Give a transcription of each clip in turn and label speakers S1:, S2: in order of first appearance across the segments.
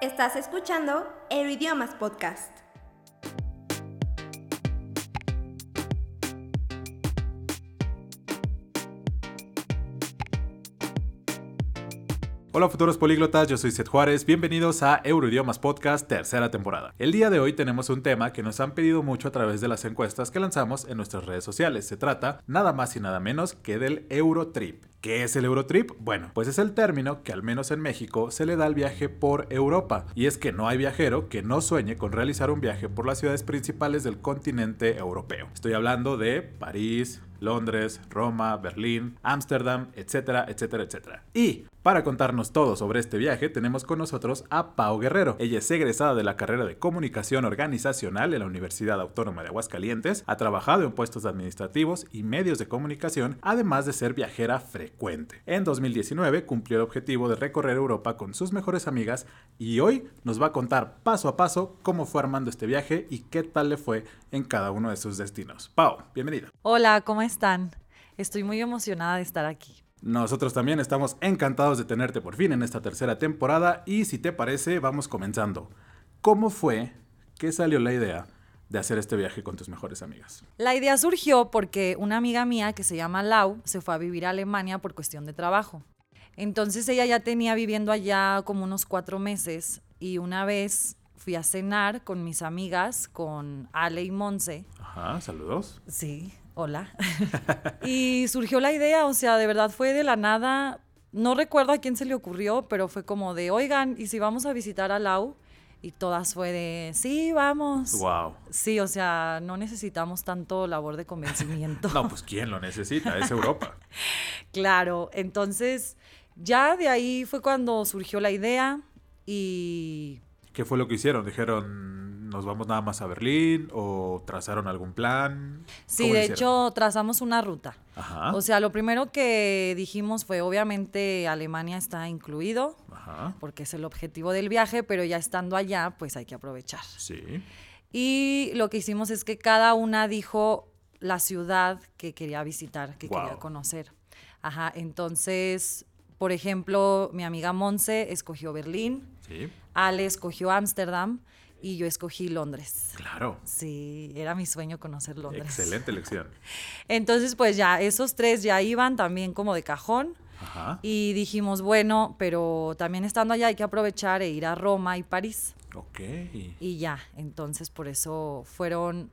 S1: Estás escuchando Aeroidiomas Podcast.
S2: Hola futuros políglotas, yo soy Seth Juárez, bienvenidos a Euroidiomas Podcast tercera temporada. El día de hoy tenemos un tema que nos han pedido mucho a través de las encuestas que lanzamos en nuestras redes sociales. Se trata nada más y nada menos que del Eurotrip. ¿Qué es el Eurotrip? Bueno, pues es el término que al menos en México se le da al viaje por Europa, y es que no hay viajero que no sueñe con realizar un viaje por las ciudades principales del continente europeo. Estoy hablando de París, Londres, Roma, Berlín, Ámsterdam, etcétera, etcétera, etcétera. Y para contarnos todo sobre este viaje tenemos con nosotros a Pau Guerrero. Ella es egresada de la carrera de Comunicación Organizacional en la Universidad Autónoma de Aguascalientes, ha trabajado en puestos administrativos y medios de comunicación, además de ser viajera frecuente. En 2019 cumplió el objetivo de recorrer Europa con sus mejores amigas y hoy nos va a contar paso a paso cómo fue armando este viaje y qué tal le fue en cada uno de sus destinos. Pau, bienvenida.
S3: Hola, ¿cómo están? Estoy muy emocionada de estar aquí.
S2: Nosotros también estamos encantados de tenerte por fin en esta tercera temporada y si te parece vamos comenzando. ¿Cómo fue que salió la idea de hacer este viaje con tus mejores amigas?
S3: La idea surgió porque una amiga mía que se llama Lau se fue a vivir a Alemania por cuestión de trabajo. Entonces ella ya tenía viviendo allá como unos cuatro meses y una vez fui a cenar con mis amigas, con Ale y Monse.
S2: Ajá, saludos.
S3: Sí, hola. y surgió la idea, o sea, de verdad fue de la nada. No recuerdo a quién se le ocurrió, pero fue como de, oigan, ¿y si vamos a visitar a Lau? Y todas fue de, sí, vamos.
S2: Wow.
S3: Sí, o sea, no necesitamos tanto labor de convencimiento.
S2: No, pues ¿quién lo necesita? Es Europa.
S3: claro, entonces ya de ahí fue cuando surgió la idea y...
S2: ¿Qué fue lo que hicieron? Dijeron, nos vamos nada más a Berlín o trazaron algún plan.
S3: Sí,
S2: ¿Cómo lo
S3: de
S2: hicieron?
S3: hecho trazamos una ruta.
S2: Ajá.
S3: O sea, lo primero que dijimos fue, obviamente, Alemania está incluido,
S2: Ajá.
S3: porque es el objetivo del viaje, pero ya estando allá, pues hay que aprovechar.
S2: Sí.
S3: Y lo que hicimos es que cada una dijo la ciudad que quería visitar, que
S2: Guau.
S3: quería conocer. Ajá, entonces, por ejemplo, mi amiga Monse escogió Berlín,
S2: Sí.
S3: Ale escogió Ámsterdam y yo escogí Londres.
S2: Claro.
S3: Sí, era mi sueño conocer Londres.
S2: Excelente elección.
S3: Entonces, pues ya, esos tres ya iban también como de cajón.
S2: Ajá.
S3: Y dijimos, bueno, pero también estando allá hay que aprovechar e ir a Roma y París.
S2: Ok.
S3: Y ya, entonces por eso fueron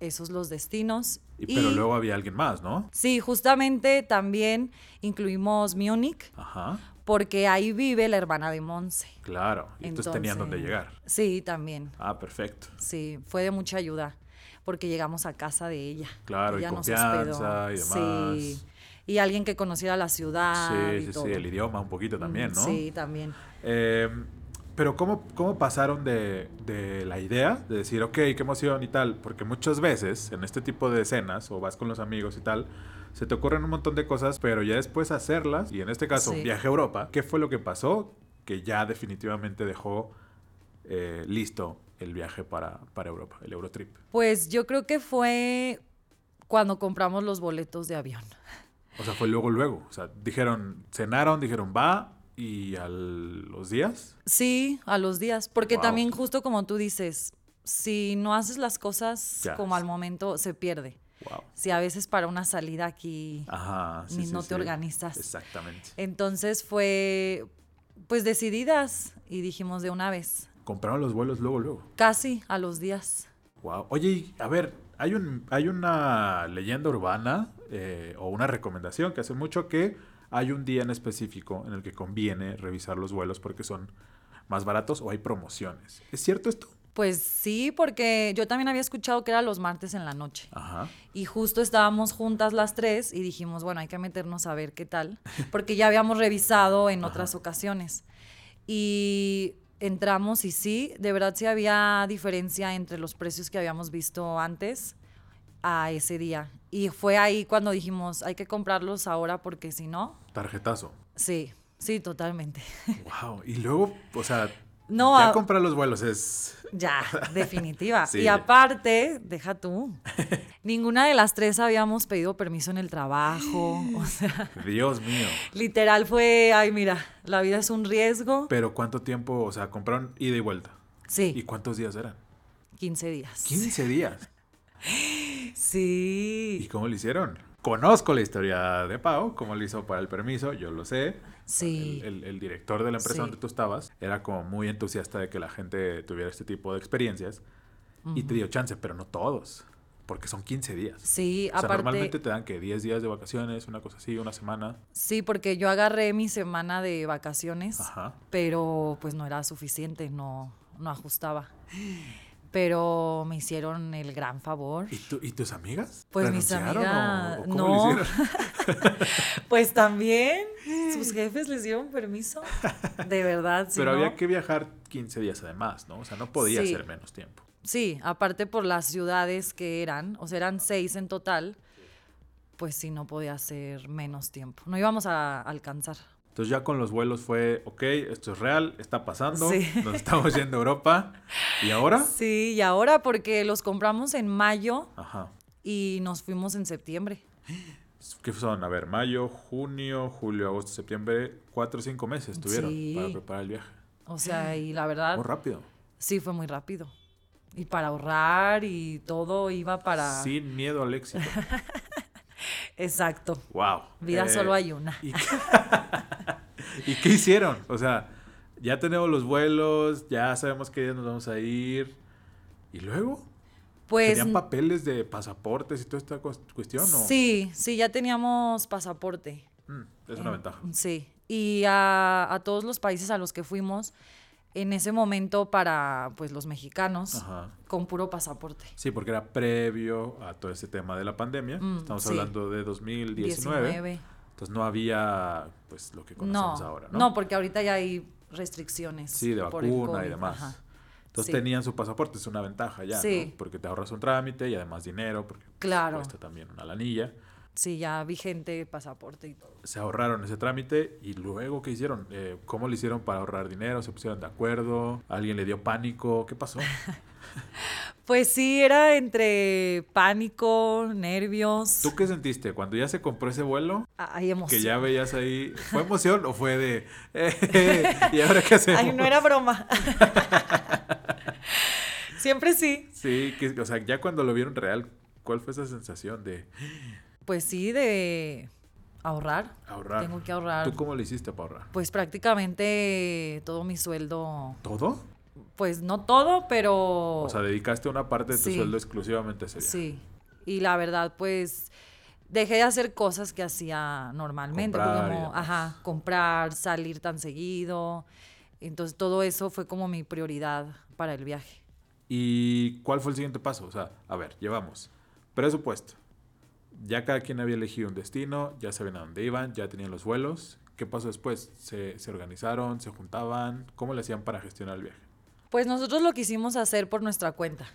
S3: esos los destinos.
S2: Y, pero luego había alguien más, ¿no?
S3: Sí, justamente también incluimos Múnich,
S2: Ajá.
S3: porque ahí vive la hermana de Monse.
S2: Claro. Y entonces tenían dónde llegar.
S3: Sí, también.
S2: Ah, perfecto.
S3: Sí, fue de mucha ayuda porque llegamos a casa de ella.
S2: Claro, y
S3: ella nos
S2: confianza y
S3: hospedó. Sí.
S2: demás.
S3: Y alguien que conociera la ciudad. Ah, y
S2: Sí, sí,
S3: todo.
S2: sí, el idioma un poquito también,
S3: Mm,
S2: ¿no?
S3: Sí, también.
S2: Eh, pero ¿cómo, cómo pasaron de, de la idea de decir, ok, qué emoción y tal? Porque muchas veces en este tipo de escenas o vas con los amigos y tal, se te ocurren un montón de cosas, pero ya después hacerlas, y en este caso un
S3: Sí.
S2: viaje a Europa, ¿qué fue lo que pasó que ya definitivamente dejó eh, listo el viaje para, para Europa, el Eurotrip?
S3: Pues yo creo que fue cuando compramos los boletos de avión.
S2: O sea, fue luego, luego. O sea, dijeron, cenaron, dijeron, va, y a los días.
S3: Sí, a los días, porque
S2: Wow.
S3: también justo como tú dices, si no haces las cosas
S2: Ya.
S3: como al momento, se pierde.
S2: Wow.
S3: Si a veces para una salida aquí...
S2: Ajá. sí,
S3: Ni-
S2: sí,
S3: no
S2: sí.
S3: te organizas.
S2: Exactamente.
S3: Entonces fue pues decididas y dijimos de una vez,
S2: Compraron los vuelos luego, luego.
S3: casi a los días.
S2: Wow. Oye, y, a ver, hay, un, hay una leyenda urbana eh, o una recomendación que hace mucho que hay un día en específico en el que conviene revisar los vuelos porque son más baratos o hay promociones. ¿Es cierto esto?
S3: Pues sí, porque yo también había escuchado que era los martes en la noche.
S2: Ajá.
S3: Y justo estábamos juntas las tres y dijimos, bueno, hay que meternos a ver qué tal, porque ya habíamos revisado en otras ocasiones. Y entramos y sí, de verdad sí había diferencia entre los precios que habíamos visto antes a ese día. Y fue ahí cuando dijimos, hay que comprarlos ahora porque si no,
S2: Tarjetazo.
S3: sí, sí, totalmente.
S2: Wow. Y luego, o sea,
S3: No,
S2: ya
S3: a-
S2: comprar los vuelos es...
S3: Ya, definitiva.
S2: Sí.
S3: Y aparte, deja tú, Ninguna de las tres habíamos pedido permiso en el trabajo. O sea,
S2: Dios mío.
S3: literal fue, ay, mira, la vida es un riesgo.
S2: Pero ¿cuánto tiempo? O sea, compraron ida y vuelta. ¿Y
S3: Sí,
S2: cuántos días eran?
S3: 15 días.
S2: 15 días. ¿Y
S3: Sí,
S2: cómo lo hicieron? Conozco la historia de Pau, cómo lo hizo para el permiso, yo lo sé.
S3: sí.
S2: El, el- el director de la empresa
S3: Sí.
S2: donde tú estabas era como muy entusiasta de que la gente tuviera este tipo de experiencias y te dio chance, pero no todos, porque son 15 días.
S3: Sí,
S2: o sea,
S3: aparte.
S2: normalmente te dan que 10 días de vacaciones, una cosa así, una semana.
S3: Sí, porque yo agarré mi semana de vacaciones,
S2: Ajá.
S3: pero pues no era suficiente, no, no ajustaba. Pero me hicieron el gran favor.
S2: ¿Y, tú- y tus amigas?
S3: Pues mis
S2: ¿Renunciaron o-
S3: amigas-
S2: o cómo lo
S3: no.
S2: hicieron?
S3: Pues también sus jefes les dieron permiso. De verdad, sí.
S2: Pero había que viajar 15 días además, ¿no? O sea, no podía
S3: Sí.
S2: ser menos tiempo.
S3: Sí, aparte por las ciudades que eran, o sea, eran seis en total, pues sí, no podía hacer menos tiempo. No íbamos a alcanzar.
S2: Entonces ya con los vuelos fue, ok, esto es real, está pasando,
S3: Sí.
S2: nos estamos yendo a Europa. ¿Y ahora?
S3: Sí, y ahora porque los compramos en mayo
S2: Ajá.
S3: y nos fuimos en septiembre.
S2: ¿Qué son? A ver, mayo, junio, julio, agosto, septiembre, cuatro o cinco meses tuvieron
S3: Sí. Ah,
S2: para preparar el viaje.
S3: O sea, y la verdad,
S2: Muy rápido.
S3: sí fue muy rápido. Y para ahorrar y todo iba para...
S2: Sin miedo al éxito.
S3: Exacto.
S2: ¡Wow!
S3: Vida
S2: Eh,
S3: solo hay una.
S2: ¿y qué, ¿y qué hicieron? O sea, ya tenemos los vuelos, ya sabemos qué días nos vamos a ir. ¿Y luego?
S3: Pues
S2: ¿Tenían papeles de pasaportes y toda esta cues- cuestión? o-
S3: sí, sí, ya teníamos pasaporte.
S2: Mm, es una
S3: Eh,
S2: ventaja.
S3: Sí. Y a, a todos los países a los que fuimos, en ese momento para pues los mexicanos,
S2: Ajá.
S3: con puro pasaporte.
S2: Sí, porque era previo a todo ese tema de la pandemia.
S3: Mm,
S2: Estamos
S3: sí.
S2: hablando de 2019.
S3: 19.
S2: Entonces no había pues lo que
S3: No,
S2: conocemos ahora, ¿no?
S3: ¿no? porque ahorita ya hay restricciones.
S2: Sí, de
S3: por el
S2: vacuna y
S3: COVID,
S2: demás.
S3: ajá.
S2: Entonces
S3: Sí.
S2: tenían su pasaporte, es una ventaja ya,
S3: Sí.
S2: ¿no? Porque te ahorras un trámite y además dinero, porque pues,
S3: Claro.
S2: cuesta también una lanilla.
S3: Sí, ya vigente pasaporte y todo.
S2: Se ahorraron ese trámite y luego, ¿qué hicieron? Eh, ¿Cómo lo hicieron para ahorrar dinero? ¿Se pusieron de acuerdo? ¿Alguien le dio pánico? ¿Qué pasó?
S3: Pues sí, era entre pánico, nervios.
S2: ¿Tú qué sentiste cuando ya se compró ese vuelo?
S3: Hay
S2: Que
S3: emoción.
S2: ya veías ahí, ¿fue emoción o fue de, "Eh, ¿y ahora qué hacemos?
S3: Ay, no era broma. Siempre sí.
S2: Sí, que, o sea, ya cuando lo vieron real, ¿cuál fue esa sensación de
S3: Pues sí, de ahorrar.
S2: ahorrar?
S3: Tengo que ahorrar.
S2: ¿Tú cómo lo hiciste para ahorrar?
S3: Pues prácticamente todo mi sueldo,
S2: ¿Todo?
S3: pues no todo, pero
S2: O sea, dedicaste una parte de tu
S3: Sí.
S2: sueldo exclusivamente a ese viaje.
S3: sí. Y la verdad, pues dejé de hacer cosas que hacía normalmente, porque
S2: Comprar y
S3: como,
S2: demás.
S3: ajá, comprar, salir tan seguido. Entonces todo eso fue como mi prioridad para el viaje.
S2: ¿Y cuál fue el siguiente paso? O sea, a ver, llevamos presupuesto. Ya cada quien había elegido un destino, ya sabían a dónde iban, ya tenían los vuelos. ¿Qué pasó después? ¿Se, se organizaron? ¿Se juntaban? ¿Cómo le hacían para gestionar el viaje?
S3: Pues nosotros lo quisimos hacer por nuestra cuenta.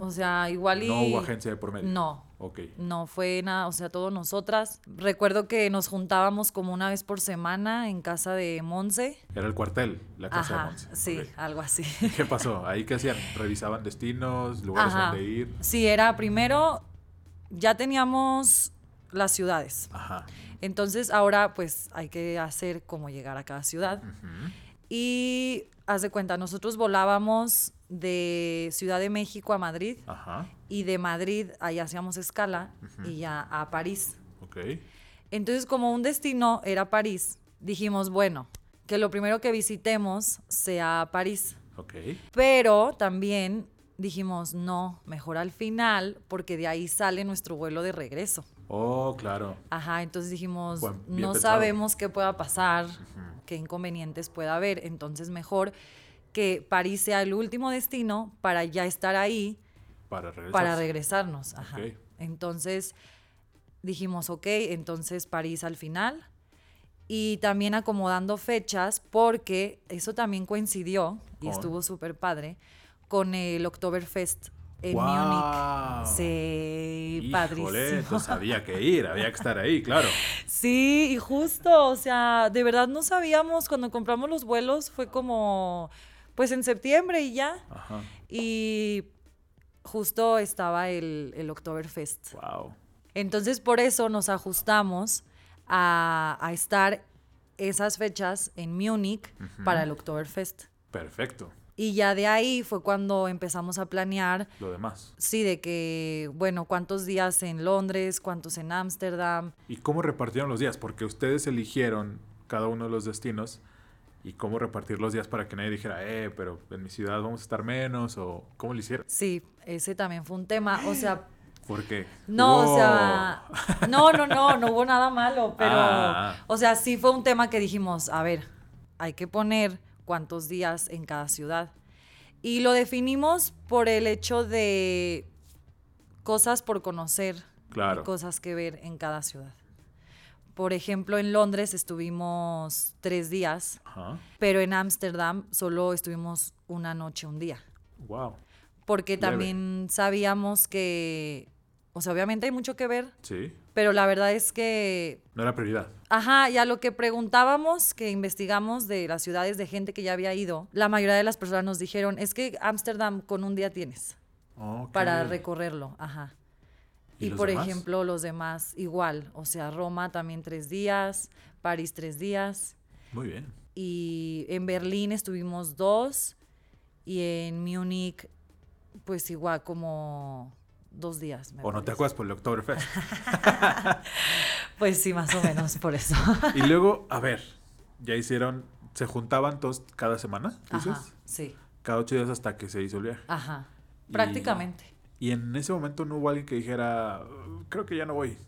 S3: O sea, igual y
S2: No hubo agencia de por medio.
S3: No,
S2: Ok.
S3: No fue nada, o sea, todos nosotras. Recuerdo que nos juntábamos como una vez por semana en casa de Monse.
S2: Era el cuartel, la casa de
S3: Ajá,
S2: Monse.
S3: sí,
S2: Ok.
S3: algo así.
S2: ¿Qué pasó? ¿Ahí qué hacían? ¿Revisaban destinos, lugares
S3: Ajá.
S2: donde ir?
S3: Sí, era primero, ya teníamos las ciudades.
S2: Ajá.
S3: Entonces ahora pues hay que hacer cómo llegar a cada ciudad.
S2: Ujú.
S3: Y haz de cuenta, nosotros volábamos de Ciudad de México a Madrid
S2: Ajá.
S3: y de Madrid ahí hacíamos escala y ya a París.
S2: Ok.
S3: Entonces, como un destino era París, dijimos, bueno, que lo primero que visitemos sea París.
S2: Ok.
S3: Pero también dijimos, no, mejor al final, porque de ahí sale nuestro vuelo de regreso.
S2: Oh, claro.
S3: Ajá, entonces dijimos,
S2: Buen- bien
S3: no
S2: pensado.
S3: sabemos qué pueda pasar, qué inconvenientes pueda haber, entonces mejor que París sea el último destino para ya estar ahí
S2: Para regresar.
S3: para regresarnos. Ajá.
S2: Ok.
S3: Entonces dijimos, ok, entonces París al final. Y también acomodando fechas, porque eso también coincidió y
S2: Con.
S3: estuvo súper padre con el Oktoberfest en
S2: ¡Wow!
S3: Múnich. Sí,
S2: Híjole,
S3: padrísimo.
S2: entonces había que ir, había que estar ahí, claro.
S3: Sí, y justo, o sea, de verdad no sabíamos cuando compramos los vuelos, fue como, pues en septiembre y ya.
S2: Ajá.
S3: Y justo estaba el, el Oktoberfest.
S2: Wow.
S3: Entonces por eso nos ajustamos a, a estar esas fechas en Múnich para el Oktoberfest.
S2: Perfecto.
S3: Y ya de ahí fue cuando empezamos a planear,
S2: Lo demás.
S3: sí, de que, bueno, cuántos días en Londres, cuántos en Ámsterdam.
S2: ¿Y cómo repartieron los días? Porque ustedes eligieron cada uno de los destinos y cómo repartir los días para que nadie dijera, eh, pero en mi ciudad vamos a estar menos o cómo lo hicieron.
S3: Sí, ese también fue un tema. O sea,
S2: Porque.
S3: No,
S2: ¡Wow!
S3: o sea, no, no, no, no hubo nada malo, pero,
S2: Ah.
S3: o sea, sí fue un tema que dijimos, a ver, hay que poner cuántos días en cada ciudad. Y lo definimos por el hecho de cosas por conocer
S2: Claro.
S3: y cosas que ver en cada ciudad. Por ejemplo, en Londres estuvimos tres días,
S2: Ajá.
S3: pero en Ámsterdam solo estuvimos una noche, un día
S2: Wow.
S3: porque
S2: Leve.
S3: también sabíamos que, o sea, obviamente hay mucho que ver,
S2: Sí.
S3: pero la verdad es que,
S2: No era prioridad.
S3: ajá, ya lo que preguntábamos, que investigamos de las ciudades de gente que ya había ido, la mayoría de las personas nos dijeron, es que Ámsterdam con un día tienes
S2: Ok.
S3: para recorrerlo, ajá.
S2: ¿Y
S3: Y,
S2: los
S3: por
S2: demás?
S3: ejemplo, los demás igual, o sea, Roma también tres días, París tres días,
S2: Muy bien.
S3: y en Berlín estuvimos dos y en Múnich pues igual como dos días. me
S2: O no te
S3: parece.
S2: acuerdas por el Oktoberfest.
S3: Pues sí, más o menos por eso.
S2: y luego, a ver, ya hicieron. Se juntaban todos cada semana, dices.
S3: Ajá, sí,
S2: Cada ocho días hasta que se hizo el viaje.
S3: ajá,
S2: Y-
S3: prácticamente.
S2: Y en ese momento no hubo alguien que dijera, creo que ya no voy.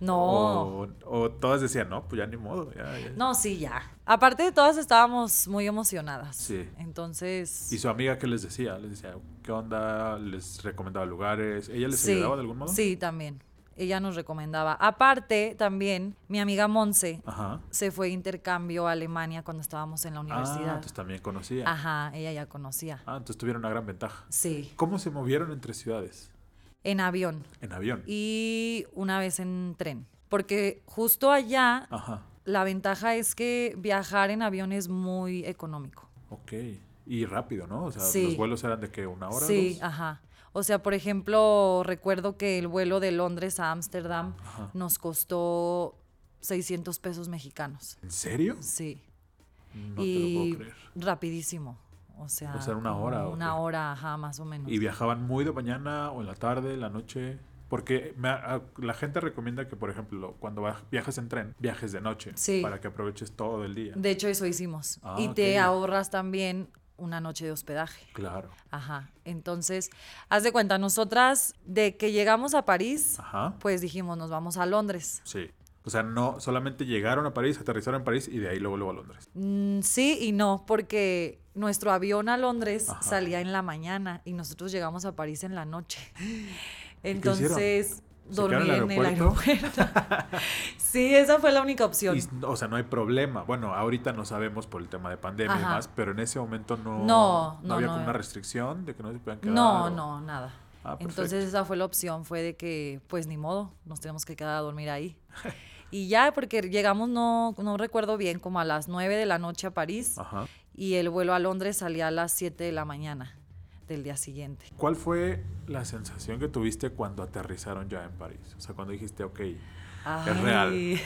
S3: No,
S2: O, o todas decían, no, pues ya ni modo. ya, ya".
S3: no, sí, ya. Aparte de todas estábamos muy emocionadas.
S2: Sí.
S3: Entonces...
S2: Y su amiga, ¿qué les decía? Les decía, ¿qué onda? ¿Les recomendaba lugares? ¿Ella les ayudaba de algún modo?
S3: Sí, también. Ella nos recomendaba. Aparte, también, mi amiga Monse
S2: Ajá.
S3: se fue de intercambio a Alemania cuando estábamos en la
S2: Ah,
S3: universidad.
S2: entonces también conocía.
S3: Ajá, ella ya conocía.
S2: Ah, entonces tuvieron una gran ventaja.
S3: Sí,
S2: ¿Cómo se movieron entre ciudades?
S3: en avión
S2: En avión.
S3: y una vez en tren. Porque justo allá
S2: Ajá.
S3: la ventaja es que viajar en avión es muy económico.
S2: Ok. Y rápido, ¿no? O sea,
S3: Sí.
S2: los vuelos eran de que una hora.
S3: sí, ah.
S2: dos?
S3: ajá. O sea, por ejemplo, recuerdo que el vuelo de Londres a Ámsterdam
S2: Ajá.
S3: nos costó 600 pesos mexicanos.
S2: ¿En serio?
S3: Sí.
S2: No
S3: y
S2: te lo puedo creer.
S3: rapidísimo. O sea,
S2: O sea, una
S3: como
S2: hora, ¿o
S3: Una
S2: qué?
S3: hora, ajá, más o menos.
S2: ¿Y viajaban muy de mañana o en la tarde, en la noche? Porque me ha- a- la gente recomienda que, por ejemplo, cuando va- viajes en tren, viajes de noche
S3: Sí.
S2: para que aproveches todo el día.
S3: De hecho, eso hicimos.
S2: Ah,
S3: y
S2: ok.
S3: te ahorras también una noche de hospedaje.
S2: Claro.
S3: Ajá. Entonces, haz de cuenta, nosotras, de que llegamos a París,
S2: Ajá.
S3: pues dijimos, nos vamos a Londres.
S2: Sí. O sea, no solamente llegaron a París, aterrizaron en París y de ahí luego luego a Londres.
S3: Mm, sí y no, porque nuestro avión a Londres
S2: Ajá.
S3: salía en la mañana y nosotros llegamos a París en la noche.
S2: hicieron?
S3: Entonces,
S2: ¿Se quedaron
S3: dormí
S2: en el
S3: en el
S2: aeropuerto?
S3: aeropuerto. sí, esa fue la única opción.
S2: Y, o sea, no hay problema. Bueno, ahorita no sabemos por el tema de pandemia y
S3: Ajá.
S2: demás, pero en ese momento no,
S3: No, no,
S2: había
S3: no.
S2: como una restricción de que no se puedan quedar.
S3: No,
S2: o-
S3: no, nada.
S2: Ah, perfecto.
S3: Entonces esa fue la opción, fue de que pues ni modo, nos tenemos que quedar a dormir ahí. Y ya, porque llegamos, no, no recuerdo bien, como a las 9 de la noche a París
S2: Ajá.
S3: y el vuelo a Londres salía a las 7 de la mañana del día siguiente.
S2: ¿Cuál fue la sensación que tuviste cuando aterrizaron ya en París? O sea, cuando dijiste, ok, Es real.
S3: Ay.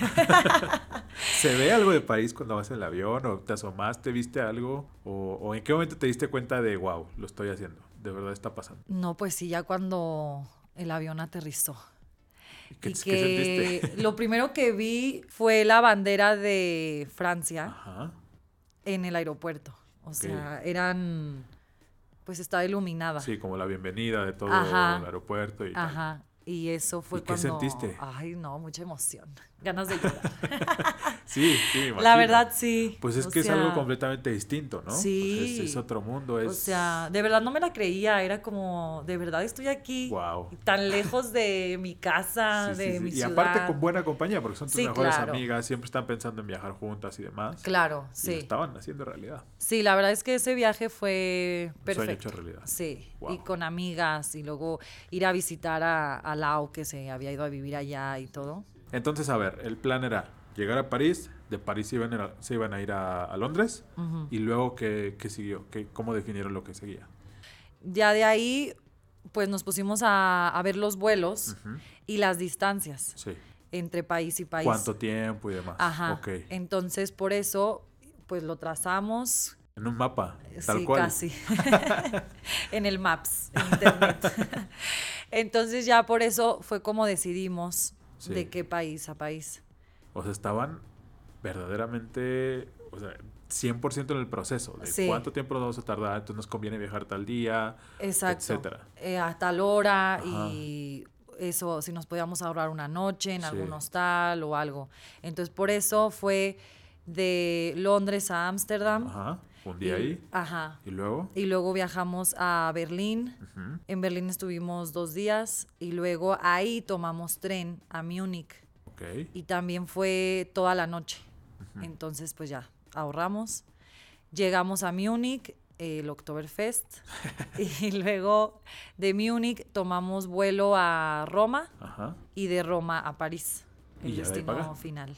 S2: ¿se ve algo de París cuando vas en el avión? ¿O te asomaste, viste algo? ¿O, o en qué momento te diste cuenta de, wow, lo estoy haciendo? De verdad está pasando.
S3: No, pues sí, ya cuando el avión aterrizó.
S2: ¿Qué,
S3: y
S2: qué
S3: que
S2: sentiste?
S3: lo primero que vi fue la bandera de Francia.
S2: Ajá.
S3: en el aeropuerto. O sea, eran. Pues estaba iluminada.
S2: Sí, como la bienvenida de todo
S3: Ajá.
S2: el aeropuerto y tal.
S3: Ajá. Y eso fue
S2: ¿Y qué
S3: cuando.
S2: sentiste?
S3: Ay, no, mucha emoción. Ganas de llorar.
S2: Sí, sí, me imagino.
S3: La verdad, sí.
S2: Pues es
S3: O
S2: que es
S3: sea,
S2: algo completamente distinto, ¿no? Pues
S3: sí.
S2: es, es otro mundo, es...
S3: O sea, de verdad no me la creía. Era como, de verdad estoy aquí.
S2: Guau.
S3: Tan lejos de mi casa,
S2: sí, sí,
S3: de
S2: sí.
S3: mi
S2: Y
S3: ciudad.
S2: aparte con buena compañía, porque son tus
S3: Sí,
S2: mejores
S3: claro.
S2: amigas, siempre están pensando en viajar juntas y demás. Y
S3: Claro,
S2: lo
S3: sí.
S2: estaban haciendo realidad.
S3: Sí, la verdad es que ese viaje fue
S2: sueño
S3: perfecto.
S2: hecho realidad.
S3: Sí, y
S2: Guau.
S3: con amigas y luego ir a visitar a, a Lau que se había ido a vivir allá y todo.
S2: Entonces, a ver, el plan era llegar a París, de París se iban a, se iban a ir a, a Londres, y luego, ¿qué, qué siguió? ¿Qué, ¿Cómo definieron lo que seguía?
S3: Ya de ahí pues nos pusimos a, a ver los vuelos y las distancias
S2: Sí.
S3: entre país y país.
S2: ¿Cuánto tiempo y demás?
S3: Ajá.
S2: Ok.
S3: Entonces, por eso, pues lo trazamos.
S2: En un mapa, tal
S3: Eh, sí,
S2: cual.
S3: casi. en el Maps, en Internet. Entonces, ya por eso fue como decidimos
S2: Sí.
S3: de qué país a país.
S2: O sea, estaban verdaderamente, o sea, 100% en el proceso de
S3: Sí.
S2: cuánto tiempo nos vamos a tardar, entonces nos conviene viajar tal día,
S3: Exacto.
S2: etcétera.
S3: Eh, a tal hora
S2: Ajá.
S3: y eso, si nos podíamos ahorrar una noche en
S2: Sí.
S3: algún hostal o algo. Entonces, por eso fue de Londres a Ámsterdam.
S2: Ajá, un
S3: Y-
S2: día ahí
S3: Ajá.
S2: y luego.
S3: Y luego viajamos a Berlín.
S2: Ujú.
S3: En Berlín estuvimos dos días y luego ahí tomamos tren a Múnich.
S2: Ok.
S3: Y también fue toda la noche. Entonces, pues ya, ahorramos. Llegamos a Múnich, eh, el Oktoberfest. y luego de Múnich tomamos vuelo a Roma
S2: Ajá.
S3: y de Roma a París,
S2: Y
S3: el
S2: ya de ahí para
S3: destino
S2: acá.
S3: final.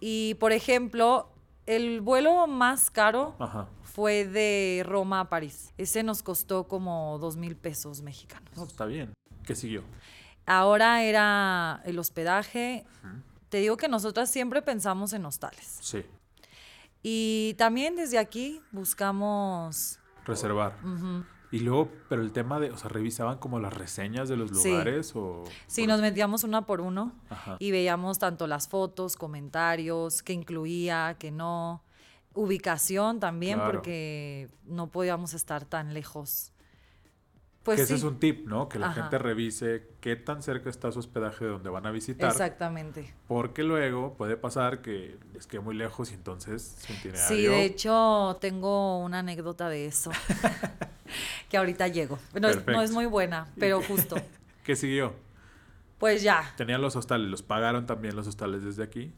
S3: Y por ejemplo, el vuelo más caro
S2: Ajá.
S3: fue de Roma a París. Ese nos costó como dos mil pesos mexicanos.
S2: No, está bien. ¿Qué siguió?
S3: Ahora era el hospedaje. Te digo que nosotras siempre pensamos en hostales.
S2: Sí.
S3: Y también desde aquí buscamos...
S2: Reservar. Y luego, pero el tema de, o sea, revisaban como las reseñas de los
S3: Sí.
S2: lugares o...
S3: Sí, nos metíamos una por uno
S2: Ajá.
S3: y veíamos tanto las fotos, comentarios, qué incluía, qué no, ubicación también,
S2: Claro.
S3: porque no podíamos estar tan lejos.
S2: que
S3: Pues sí,
S2: ese es un tip, ¿no? Que la
S3: Ajá.
S2: gente revise qué tan cerca está su hospedaje de donde van a visitar.
S3: exactamente.
S2: Porque luego puede pasar que les quede muy lejos y entonces su itinerario.
S3: Sí, de hecho tengo una anécdota de eso, que ahorita llego. No es, no es
S2: Perfecto.
S3: muy buena, pero justo.
S2: ¿Qué siguió?
S3: Pues ya,
S2: Tenían los hostales, los pagaron también los hostales desde aquí.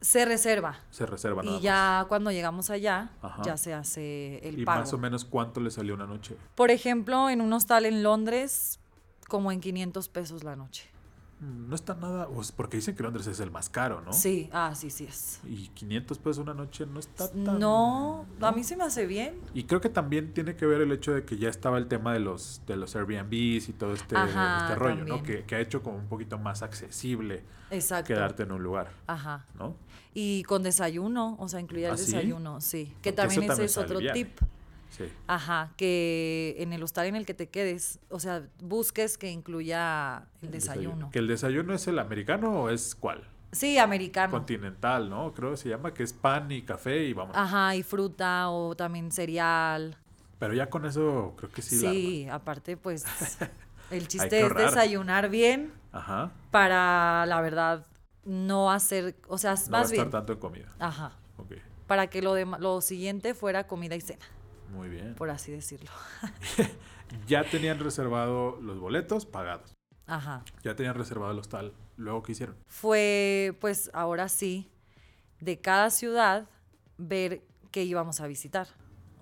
S3: se reserva.
S2: Se reservan. nada
S3: Y
S2: más.
S3: ya cuando llegamos allá,
S2: Ajá.
S3: ya se hace el
S2: y
S3: pago.
S2: más o menos cuánto le salió una noche.
S3: Por ejemplo, en un hostal en Londres, como en 500 pesos la noche.
S2: Mm, No está nada. pues, porque dicen que Londres es el más caro, ¿no?
S3: Sí, ah, sí, sí es.
S2: Y 500 pesos una noche no está tan.
S3: No, a mí se me hace bien.
S2: Y creo que también tiene que ver el hecho de que ya estaba el tema de los, de los Airbnbs y todo este,
S3: Ajá,
S2: este rollo, ¿no?
S3: también.
S2: Que, que ha hecho como un poquito más accesible
S3: Exacto.
S2: quedarte en un lugar,
S3: Ajá.
S2: ¿no?
S3: Y con desayuno, o sea, incluía el
S2: ¿Ah, sí?
S3: desayuno, sí.
S2: Porque
S3: Que
S2: eso
S3: también ese
S2: también
S3: es
S2: se
S3: otro
S2: aliviana.
S3: tip.
S2: Sí.
S3: Ajá, que en el hostal en el que te quedes, o sea, busques que incluya el
S2: El
S3: desayuno.
S2: ¿Que el desayuno es el americano o es cuál?
S3: Sí, americano.
S2: Continental, ¿no? Creo que se llama, que es pan y café y vamos.
S3: Ajá, y fruta o también cereal.
S2: Pero ya con eso creo que sí,
S3: Sí,
S2: la
S3: aparte, pues el
S2: Hay
S3: chiste
S2: que
S3: es
S2: ahorrar.
S3: desayunar bien
S2: arman.
S3: Pues
S2: Ajá.
S3: para, la verdad, no hacer, o sea,
S2: No
S3: más
S2: gastar
S3: bien,
S2: tanto en comida.
S3: ajá,
S2: Ok,
S3: para que lo, dema- lo siguiente fuera comida y cena,
S2: muy bien.
S3: por así decirlo.
S2: Ya tenían reservado los boletos pagados.
S3: Ajá.
S2: Ya tenían reservado el hostal. Luego, ¿qué hicieron?
S3: Fue, pues ahora sí, de cada ciudad ver qué íbamos a visitar.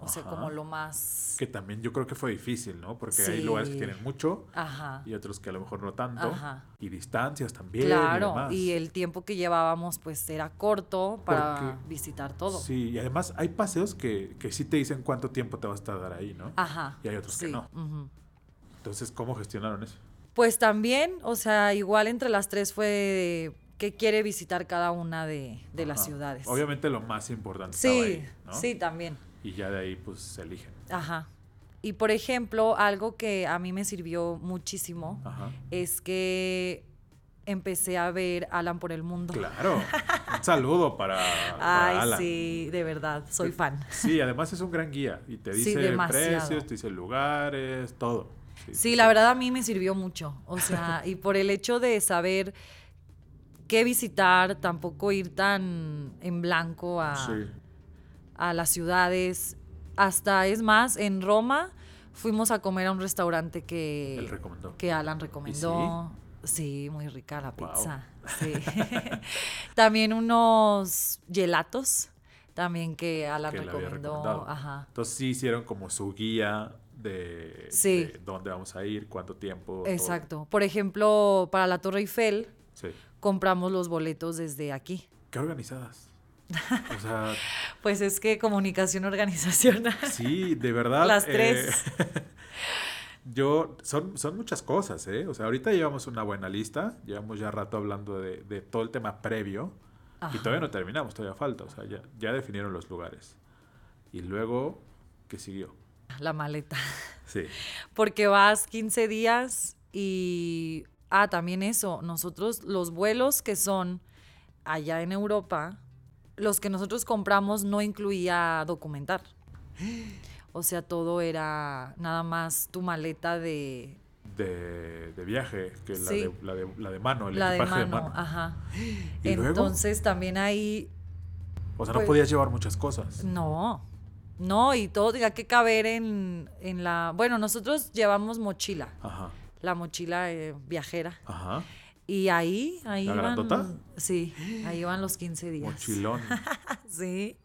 S3: O sea,
S2: Ajá.
S3: como lo más...
S2: Que también yo creo que fue difícil, ¿no? Porque hay
S3: Sí.
S2: lugares que tienen mucho
S3: Ajá.
S2: y otros que a lo mejor no tanto.
S3: Ajá.
S2: Y distancias también. y,
S3: Claro,
S2: demás.
S3: y el tiempo que llevábamos pues era corto para
S2: Porque-
S3: visitar todo.
S2: Sí, y además hay paseos que, que sí te dicen cuánto tiempo te vas a tardar ahí, ¿no?
S3: Ajá.
S2: Y hay otros que
S3: sí,
S2: no.
S3: ujú.
S2: Entonces, ¿cómo gestionaron eso?
S3: Pues también, o sea, igual entre las tres fue de qué quiere visitar cada una de, de las
S2: Ajá.
S3: ciudades.
S2: Obviamente lo más importante
S3: Sí,
S2: estaba ahí, ¿no?
S3: sí, también.
S2: Y ya de ahí, pues, se eligen.
S3: Ajá. Y por ejemplo, algo que a mí me sirvió muchísimo
S2: Ajá.
S3: es que empecé a ver Alan por el mundo.
S2: Claro. Un saludo para, para
S3: Ay,
S2: Alan.
S3: sí, de verdad, soy fan.
S2: Sí, además es un gran guía y te
S3: Sí,
S2: dice
S3: demasiado.
S2: precios, te dice lugares, todo.
S3: Sí, la verdad a mí me sirvió mucho. O sea, y por el hecho de saber qué visitar, tampoco ir tan en blanco a,
S2: Sí.
S3: a las ciudades. Hasta, es más, en Roma fuimos a comer a un restaurante que,
S2: Él recomendó.
S3: que Alan recomendó. Sí, muy rica la
S2: Wow.
S3: pizza. Sí. también unos gelatos, también que Alan
S2: Que le había
S3: recomendó.
S2: recomendado.
S3: Ajá.
S2: Entonces sí hicieron como su guía de,
S3: Sí.
S2: de dónde vamos a ir, cuánto tiempo. todo.
S3: Exacto. Por ejemplo, para la Torre Eiffel
S2: Sí.
S3: compramos los boletos desde aquí.
S2: Qué organizadas. O sea,
S3: Pues
S2: Ah,
S3: es que comunicación organizacional.
S2: eh. sí, de verdad.
S3: Las
S2: eh,
S3: tres.
S2: Yo, son, son muchas cosas, ¿eh? O sea, ahorita llevamos una buena lista, llevamos ya rato hablando de, de todo el tema previo y
S3: Ajá.
S2: todavía no terminamos, todavía falta, o sea, ya, ya definieron los lugares. Y luego, ¿qué siguió?
S3: La maleta.
S2: Sí,
S3: Porque vas 15 días y... Ah, también eso. Nosotros, los vuelos que son allá en Europa, los que nosotros compramos no incluía documentar. O sea, todo era nada más tu maleta de...
S2: de, de viaje, que la,
S3: Sí.
S2: de, la, de, la de mano, el
S3: la de
S2: equipaje
S3: mano,
S2: de mano.
S3: ajá.
S2: ¿Y luego?
S3: Entonces también ahí
S2: O sea, no
S3: pues-
S2: podías llevar muchas cosas.
S3: No, no, y todo tenía que caber en, en la... Bueno, nosotros llevamos mochila,
S2: Ajá,
S3: la mochila eh, viajera.
S2: ajá.
S3: Y ahí, ahí
S2: ¿La
S3: iban...
S2: grandota?
S3: Sí, ahí iban los 15 días.
S2: Mochilón.
S3: Sí.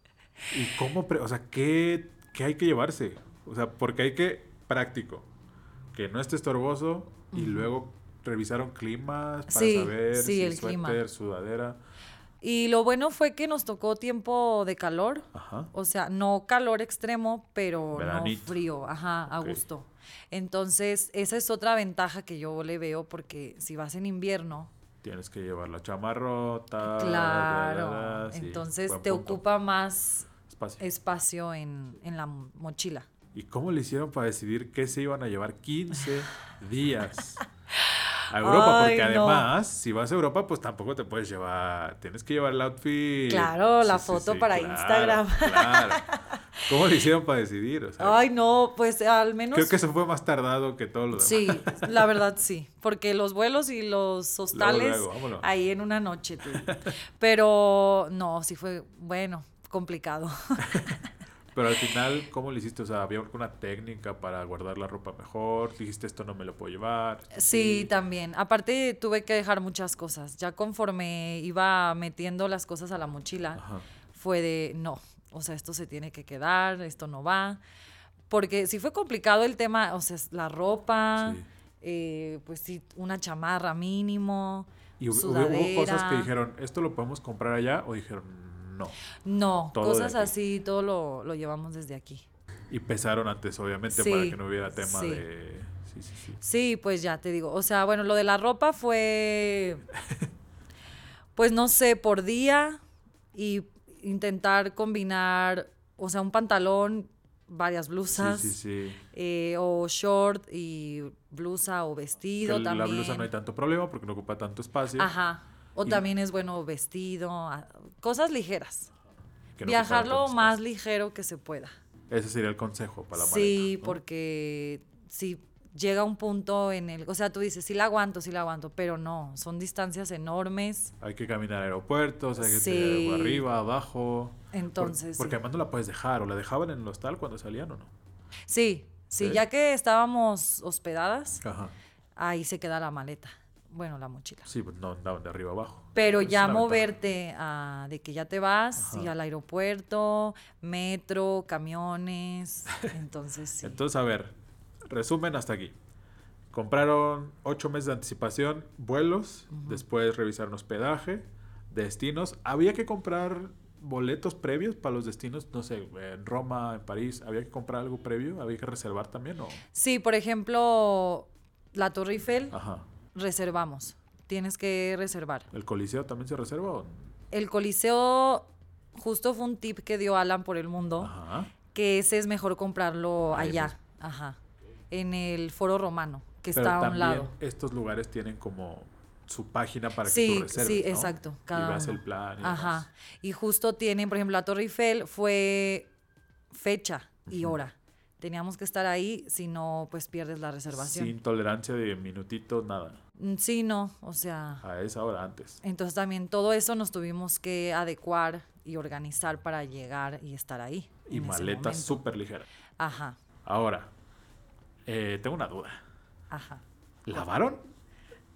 S2: ¿Y cómo, pre- o sea, ¿qué, qué hay que llevarse? O sea, porque hay que práctico, que no esté estorboso y luego revisaron climas para
S3: Sí,
S2: saber
S3: sí,
S2: si
S3: el clima.
S2: suéter, sudadera.
S3: Y lo bueno fue que nos tocó tiempo de calor,
S2: Ajá.
S3: o sea, no calor extremo, pero
S2: Veranito.
S3: no frío, ajá, a
S2: Ok.
S3: gusto. Entonces, esa es otra ventaja que yo le veo porque si vas en invierno,
S2: Tienes que llevar la chamarrota. da,
S3: Claro.
S2: da, da, sí,
S3: Entonces
S2: buen
S3: te
S2: punto.
S3: ocupa más
S2: Espacio.
S3: espacio en, en la mo- mochila.
S2: ¿Y cómo le hicieron para decidir qué se iban a llevar 15 días? A Europa,
S3: Ay,
S2: porque
S3: no.
S2: además, si vas a Europa, pues tampoco te puedes llevar. Tienes que llevar el outfit.
S3: Claro, la foto para Instagram.
S2: Claro. ¿Cómo le hicieron para decidir? O sea,
S3: Ay, no, pues al menos.
S2: creo que eso fue más tardado que todo lo demás.
S3: Sí, la verdad sí. Porque los vuelos y los hostales
S2: luego, vámonos.
S3: ahí en una noche. tú. Pero no, sí fue, bueno, complicado.
S2: Pero al final, ¿cómo le hiciste? O sea, ¿había alguna técnica para guardar la ropa mejor? Dijiste, esto no me lo puedo llevar.
S3: Sí, también. Aparte tuve que dejar muchas cosas. Ya conforme iba metiendo las cosas a la mochila,
S2: Ajá.
S3: fue de no, o sea, esto se tiene que quedar, esto no va. Porque sí fue complicado el tema, o sea, la ropa,
S2: Sí.
S3: eh, pues sí, una chamarra mínimo.
S2: Y hub- hubo,
S3: sudadera.
S2: hubo cosas que dijeron, ¿esto lo podemos comprar allá? O dijeron, no.
S3: No,
S2: todo de
S3: cosas
S2: aquí.
S3: así, todo lo, lo llevamos desde aquí.
S2: Y pesaron antes, obviamente,
S3: Sí,
S2: para que no hubiera tema
S3: sí.
S2: de. Sí, sí, sí.
S3: Sí, pues ya te digo. O sea, bueno, lo de la ropa fue, pues no sé, por día y intentar combinar, o sea, un pantalón, varias
S2: Sí,
S3: blusas.
S2: sí, sí.
S3: eh, o short y blusa o
S2: Que
S3: vestido también.
S2: la blusa no hay tanto problema porque no ocupa tanto espacio.
S3: Ajá. O
S2: Y-
S3: también es bueno vestido, a- cosas ligeras.
S2: que no
S3: Viajar
S2: ocupara
S3: lo
S2: tanto
S3: más
S2: espacio.
S3: ligero que se pueda.
S2: Ese sería el consejo para la
S3: sí,
S2: maleta, ¿no?
S3: porque si llega un punto en el, o sea, tú dices, sí la aguanto, sí la aguanto, pero no, son distancias enormes.
S2: Hay que caminar a aeropuertos, hay que
S3: Sí.
S2: tener algo arriba, abajo. Por-
S3: Entonces,
S2: porque
S3: sí.
S2: además no la puedes dejar, o la dejaban en el hostal cuando salían o no.
S3: Sí, sí,
S2: Ok.
S3: ya que estábamos hospedadas,
S2: Ajá.
S3: ahí se queda la maleta, bueno, la mochila.
S2: Sí, pues no andaban de arriba abajo.
S3: Pero
S2: Es
S3: ya
S2: una ventaja.
S3: moverte a- de que ya te vas y
S2: Ajá.
S3: al aeropuerto, metro, camiones, entonces sí.
S2: Entonces, a ver, resumen hasta aquí. Compraron ocho meses de anticipación, vuelos, después revisaron hospedaje, destinos. Había que comprar boletos previos para los destinos, no sé, en Roma, en París, había que comprar algo previo, había que reservar también o...
S3: sí, por ejemplo, la Torre Eiffel,
S2: Ajá.
S3: reservamos, tienes que reservar.
S2: ¿El Coliseo también se reserva o no?
S3: El Coliseo, justo fue un tip que dio Alan por el mundo,
S2: Ajá.
S3: que ese es mejor comprarlo
S2: Ahí
S3: allá,
S2: mismo.
S3: ajá, en el Foro Romano, que
S2: Pero
S3: está a un
S2: también
S3: lado.
S2: estos lugares tienen como su página para que
S3: sí,
S2: tú reserves,
S3: sí,
S2: ¿no?
S3: exacto.
S2: y
S3: Cada
S2: veas
S3: uno.
S2: el plan y
S3: Ajá.
S2: demás.
S3: Y justo tienen, por ejemplo, la Torre Eiffel fue fecha y hora. Teníamos que estar ahí, si no, pues pierdes la reservación.
S2: Sin tolerancia de minutitos, nada.
S3: Mm, Sí, no, o sea.
S2: A esa hora antes.
S3: Entonces también todo eso nos tuvimos que adecuar y organizar para llegar y estar ahí.
S2: Y
S3: en ese
S2: maleta
S3: momento.
S2: súper ligera.
S3: Ajá,
S2: Ahora, eh, tengo una duda.
S3: ajá.
S2: ¿Lavaron?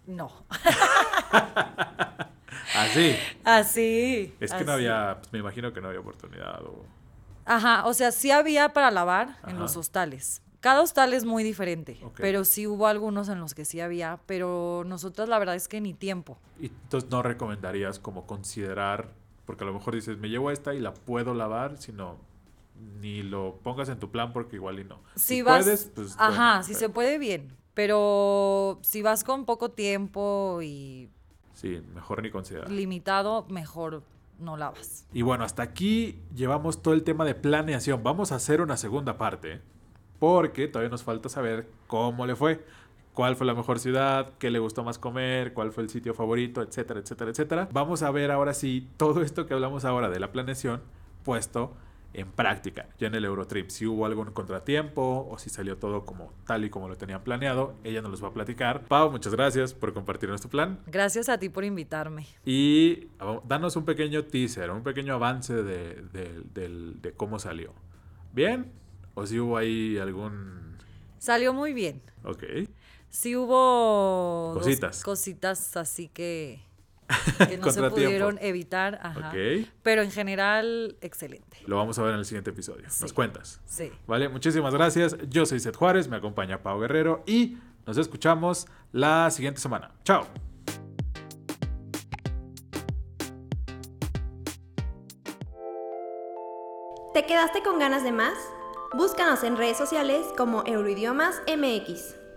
S3: No.
S2: Así.
S3: Así.
S2: Ah, Es que no
S3: así.
S2: había, pues, me imagino que no había oportunidad. o-
S3: Ajá, o sea, sí había para lavar en
S2: Ajá.
S3: los hostales. Cada hostal es muy diferente,
S2: Ok.
S3: pero sí hubo algunos en los que sí había, pero nosotras la verdad es que ni tiempo.
S2: Y entonces no recomendarías como considerar, porque a lo mejor dices, me llevo esta y la puedo lavar, sino ni lo pongas en tu plan porque igual y no.
S3: Si,
S2: Si
S3: vas,
S2: puedes, pues,
S3: ajá,
S2: bueno,
S3: si
S2: pero-
S3: se puede bien, pero si vas con poco tiempo y
S2: Sí, mejor ni considerar.
S3: limitado, mejor no la vas.
S2: Y bueno, hasta aquí llevamos todo el tema de planeación. Vamos a hacer una segunda parte porque todavía nos falta saber cómo le fue, cuál fue la mejor ciudad, qué le gustó más comer, cuál fue el sitio favorito, etcétera, etcétera, etcétera. Vamos a ver ahora sí todo esto que hablamos ahora de la planeación puesto en práctica, ya en el Eurotrip, si hubo algún contratiempo o si salió todo como tal y como lo tenían planeado, ella nos los va a platicar. Pau, muchas gracias por compartirnos tu plan.
S3: Gracias a ti por invitarme.
S2: Y ah, danos un pequeño teaser, un pequeño avance de, de- del- de cómo salió. ¿Bien? ¿O si hubo ahí algún...?
S3: Salió muy bien.
S2: Ok.
S3: Sí hubo dos
S2: Cositas.
S3: cositas así que, que no se
S2: Contratiempo.
S3: pudieron evitar. ajá.
S2: Ok.
S3: Pero en general, excelente.
S2: Lo vamos a ver en el siguiente episodio. Nos
S3: Sí.
S2: cuentas.
S3: Sí.
S2: Vale, muchísimas gracias. Yo soy Seth Juárez, me acompaña Pau Guerrero y nos escuchamos la siguiente semana. Chao.
S1: ¿Te quedaste con ganas de más? Búscanos en redes sociales como Euroidiomas MX.